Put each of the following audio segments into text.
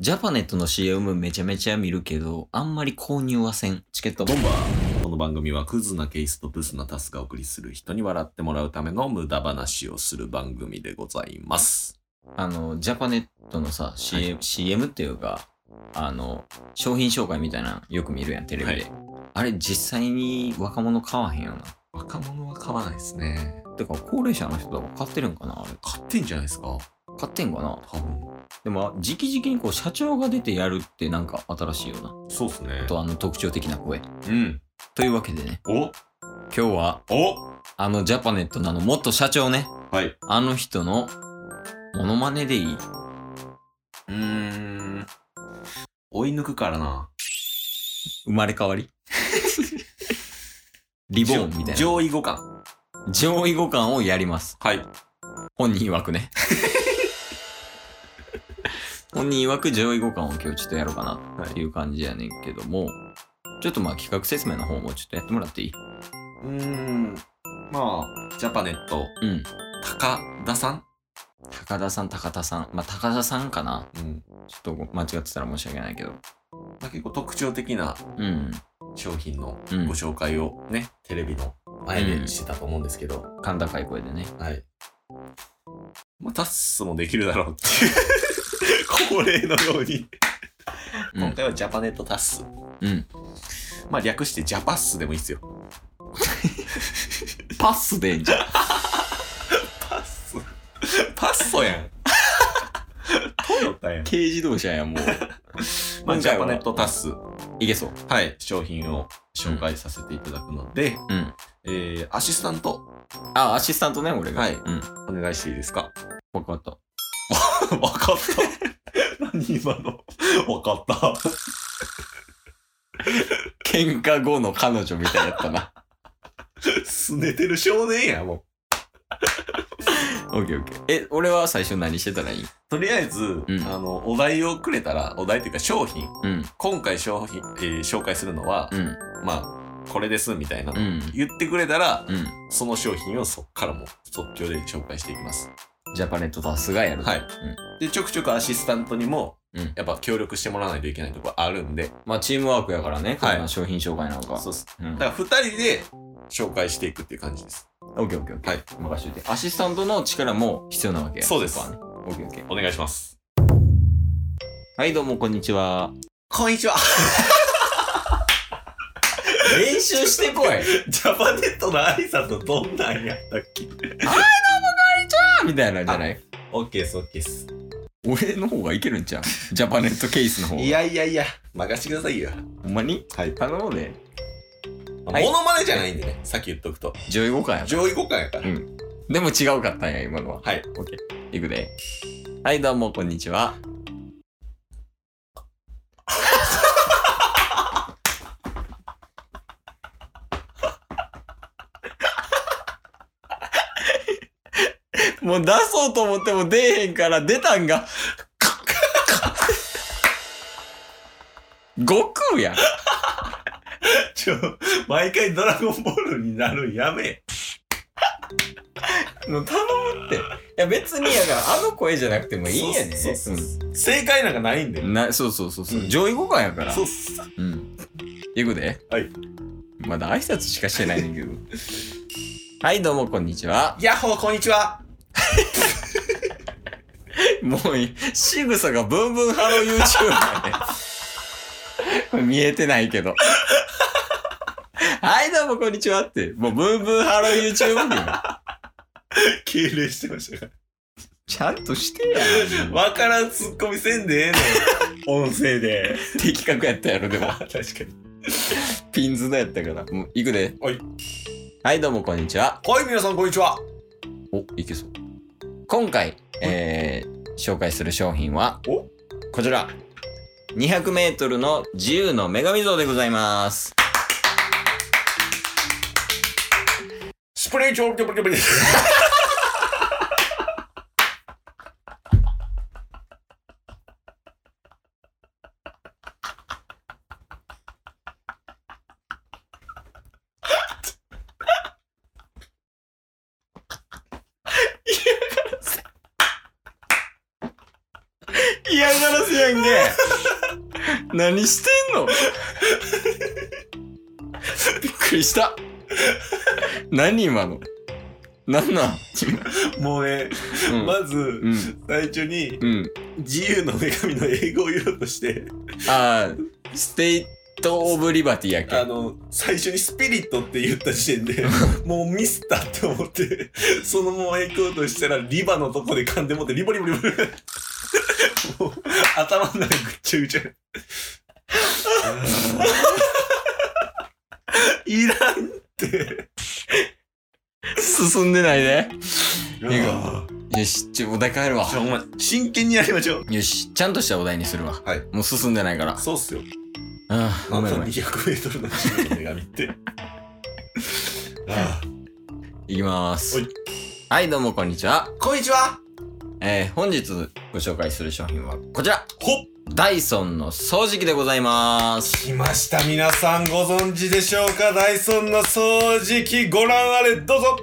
ジャパネットの CM めちゃめちゃ見るけど、あんまり購入はせん。チケットボンバーこの番組はクズなケースとブスなタスがお送りする人に笑ってもらうための無駄話をする番組でございます。あの、ジャパネットのさ、CM, CM っていうか、あの、商品紹介みたいなのよく見るやん、テレビで。はあれ、実際に若者買わへんよな。若者は買わないですね。てか、高齢者の人とか買ってるんかなあれ。買ってんじゃないですか買ってんかな多分。でも、直々にこう、社長が出てやるってなんか新しいよな。そうですねあと、あの、特徴的な声。うん。というわけでね、お今日は、おあの、ジャパネットなの、元社長ね。はい。うあの人の、モノマネでいい。ーん。追い抜くからな。生まれ変 わりリボーンみたいな。上位互換。上位互換をやります。はい。本人曰く ね。本人曰く上位互換を今日ちょっとやろうかなっていう感じやねんけども、ちょっとまあ企画説明の方もちょっとやってもらっていいうーん。まあ、ジャパネット、うん。高田さん高田さん、高田さん。まあ高田さんかなうん。ちょっとご間違ってたら申し訳ないけど。まあ、結構特徴的なうん。商品のうんご。紹介をね、テレビの前でしてたと思うんですけど、甲高い声でね。はい。まあ、タッスもできるだろうっていう 恒例のように、うん今回はジャパネットタッス。うん。まあ、略してジャパッスでもいいっすよ。パスでんじゃん。パッスパッソやん。トヨタやん。軽自動車やもう。 まあ、今ジ回はャパネットタッス。いけそう。はい、商品を紹介させていただくので、うん。えー、アシスタント、あ、アシスタントね、俺が。はいうん。お願いしていいですか わかった。わかった。何今の。わかった。喧嘩後の彼女みたいやった な。すねてる少年や、もう。オッケーオッケー。え、俺は最初何してたらいいとりあえず、うんあの、お題をくれたら、お題というか商品、うん。今回商品、えー紹介するのは、うん。まあ、これです、みたいな、うん。言ってくれたら、うん。その商品をそっからもう即興で紹介していきます。ジャパネットダスがやる。はい。んで、ちょくちょくアシスタントにも、うんやっぱ協力してもらわないといけないとこあるんで、まあ、チームワークやからね、こんはない商品紹介なんか。そうっす。うん。オッだから二人で紹介していくっていう感じです。ケーオッケーオッケー。はい。任しといて。アシスタントの力も必要なわけやそうですこはねオッケーオッケー。お願いします。はい、どうも、こんにちは。こんにち は。練習してこいジャパネットの挨拶どんなんやったっけ みたいなんじゃないオッケーです、オッケーです。俺の方がいけるんちゃうジャパネットケースの方が。い、やいやいや、任してくださいよ。ほんまにはい。頼むで。はいモノマネじゃないんでね、さっき言っとくと。上位互換や上位互換やから。うんでも違うかったんや、今のは。はい。オッケー。いくで。はい、どうも、こんにちは。もう出そうと思っても出えへんから出たんが、悟空やん。ちょ、毎回ドラゴンボールになるんやめ。もう頼むって。いや別にやから、あの声じゃなくてもいいんやねん。そうそうそう正解なんかないんで。なそうそうそうそう、うん上位互換やからそうっす。うんいくではいまだ挨拶しかしてないねんだけど はいどうもこんにちはヤッホー、こんにちは。もうい仕草がブンブンハロー YouTuber やね これ見えてないけどはいどうもこんにちはってもうブンブンハロー YouTuber よ敬礼してましたかちゃんとしてやら。わからんツッコミせんでええ のよ。音声で。的確やったやろでも確かに。ピンズのやったからもういくではいはいどうもこんにちははい、皆さん、こんにちは。お、いけそう。今回、えー、紹介する商品は、おこちら。200メートルの自由の女神像でございます。スプレーチョーキョブキョブキョ嫌がらせやん宣言 何してん のびっくりした何今の何 なんもうね、うん、まず、うん最初に、うん、自由の女神の英語を言おうとして、ああステイト・オブ・リバティやっけあの、最初にスピリットって言った時 点で、もうミスったって思って、そのまま行こうとしたら、リバのとこで噛んでもって、リボリボリボリ。もう、頭の中ぐっちゃぐちゃ。いらんって。進んでないねいやよしちょお題変えるわじゃあ、お前、真剣にやりましょう。よしちゃんとしたお題にするわはいもう進んでないからそうっすよ。ああごめんごめんい200メートルの自由の女 神って。 ああきまーすはいはいどうもこんにちはこんにちはえー、本日ご紹介する商品はこちらほっダイソンの掃除機でございます。来ました皆さんご存知でしょうかダイソンの掃除機ご覧あれどうぞ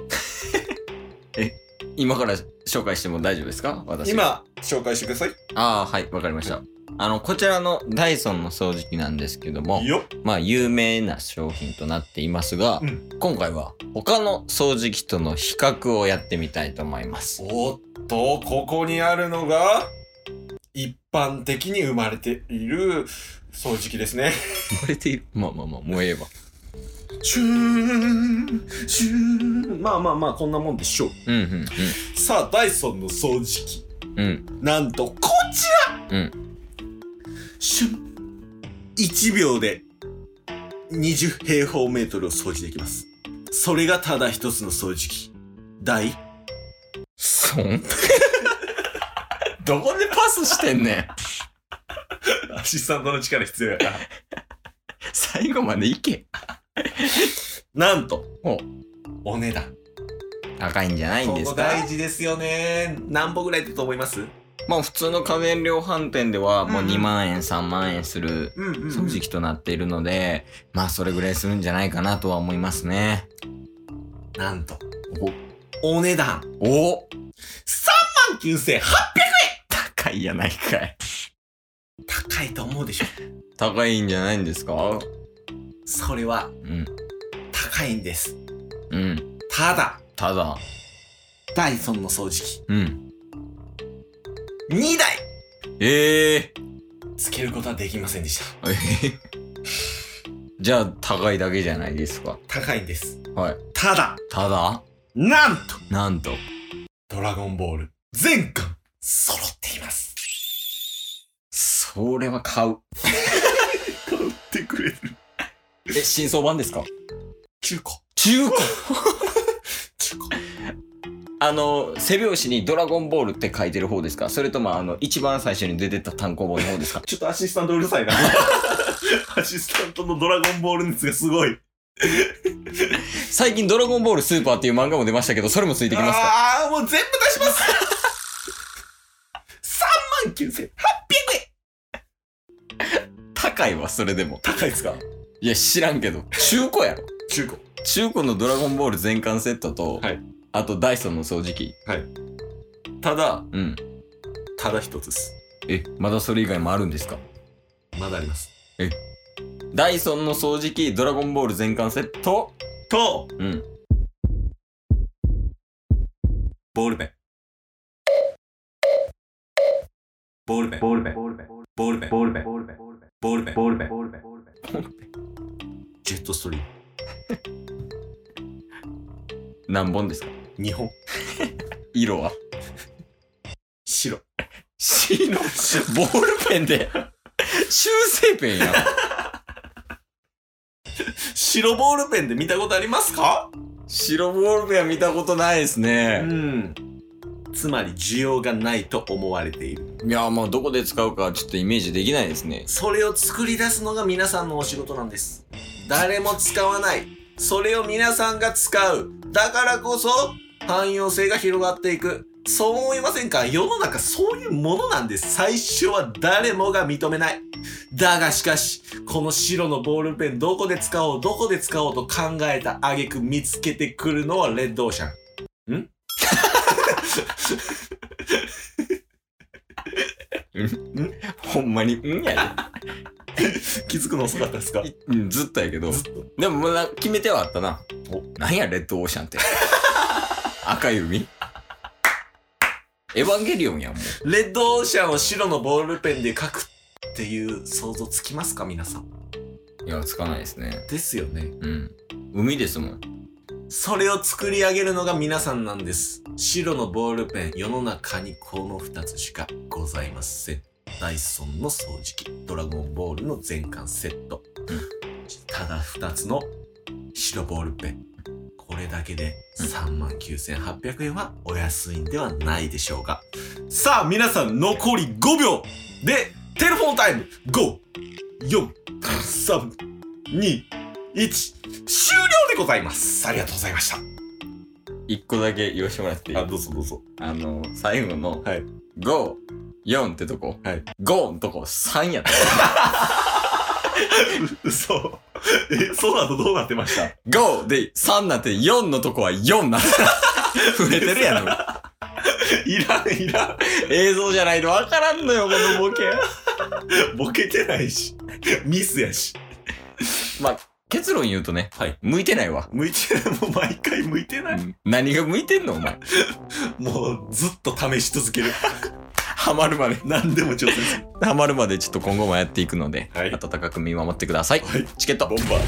今から紹介しても大丈夫ですか私。。今紹介してくださいああ、はい、わかりました。あの、こちらのダイソンの掃除機なんですけども、よまあ、有名な商品となっていますが、うん今回は他の掃除機との比較をやってみたいと思います。おっとここにあるのが一般的に生まれている掃除機ですね漏れているまあまあまあ、もうええわ。シューンシューンまあまあまあこんなもんでしょううんうんさあダイソンの掃除機うん。うん。なんとこちら、うんシュン1秒で20平方メートルを掃除できますそれがただ一つの掃除機大そんどこでパスしてんねん。 アシスタントの力必要やから最後までいけ。なんとおお値段高いんじゃないんこですこか大事ですよね何本ぐらいだと思いますまあ普通の家電量販店ではもううん2万円3万円するうんうん、掃除機となっているので、まあそれぐらいするんじゃないかなとは思いますね。なんとお値段おお3万9800円高いやないかい。高いと思うでしょ高いんじゃないんですかそれはうん。高いんですうん。ただただ、ダイソンの掃除機うん。 2台ええつけることはできませんでしたー。え ーじゃあ高いだけじゃないですか。高いんですはい。ただただ、なんとなんと。ドラゴンボール全巻揃っていますそれは買う。買ってくれるえ、新装版ですか中古中古中古あの、背表紙にドラゴンボールって書いてる方ですかそれとも、あの、一番最初に出てた単行本の方 ですかちょっとアシスタントうるさいな アシスタントのドラゴンボール熱がすごい最近ドラゴンボールスーパーっていう漫画も出ましたけど、それもついてきますかああもう全部出します 3万9000円高いわ、それでも。高いですかいや、知らんけど。中古やろ。中古中古のドラゴンボール全巻セットと、はいあとダイソンの掃除機。ただうん。ただ一つですえ、まだそれ以外もあるんですかまだありますダイソンの掃除機、ドラゴンボール全巻セット。とうん。ボールペン。ボールペン。ボールペン。ボールペン。ボールペン。ボールペン。ボールペン。ボールペン。ボールペン。ボールペン。ジェットストリー何本ですかム。日本。色は白。白。 ボールペンで。 修正ペンやん。白ボールペンで見たことありますか白ボールペンは見たことないですうね。ん。つまり需要がないと思われている。いや、まあ、どこで使うかちょっとイメージできないです ね。それを作り出すのが皆さんのお仕事なんです。誰も使わない。それを皆さんが使う。だからこそ汎用性が広がっていく。そう思いませんか世の中そういうものなんです。最初は誰もが認めない。だがしかし、この白のボールペンどこで使おう、どこで使おうと考えた挙句見つけてくるのはレッドオーシャン。んんほんまに、うんや気づくの遅かったですかで。うん、 ずっとやけど。ずっと。でももうな、決めてはあったな。おなんや、レッドオーシ ャンって。赤い海エヴァンゲリオンやん、もう。レッドオーシャンを白のボールペンで書くっていう想像つきますか皆さん。いや、つかないですね。ですよね。うん。海ですもん。それを作り上げるのが皆さんなんです。白のボールペン、世の中にこの2つしかございません。ダイソンの掃除機、ドラゴンボールの全巻セット。うんただ2つの白ボールペン。これだけでうん39,800円はお安いんではないでしょうか。さあ、皆さん残り5秒で、テレフォンタイム !5、4、3、2、1、終了でございます。ありがとうございました。一個だけ言わせてもらっていいどうぞどうぞ。あの、最後の、はい5、4ってとこ、はい5のとこ3やった。嘘。え、その後どうなってました5で3なって4のとこは4なった。 触れてるやろ。いらん、いらん。映像じゃないとわからんのよ、このボケ。ボケてないし。ミスやし。まあ、結論言うとね、はい向いてないわ。向いてない。もう毎回向いてない。何が向いてんのお前。もうずっと試し続け る。ハマるまで。何でも挑戦する。ハマるまでちょっと今後もやっていくので、はい温かく見守ってください。はいチケットボ。ンバー。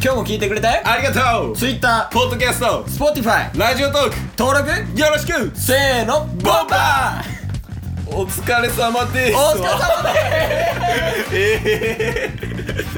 今日も聞いてくれたよ。ありがとう Twitter、ポッドキャスト、 Spotify、ラジオトーク、登録、よろしくせーの、ボンバーお疲れ様ですお疲れ様ですええ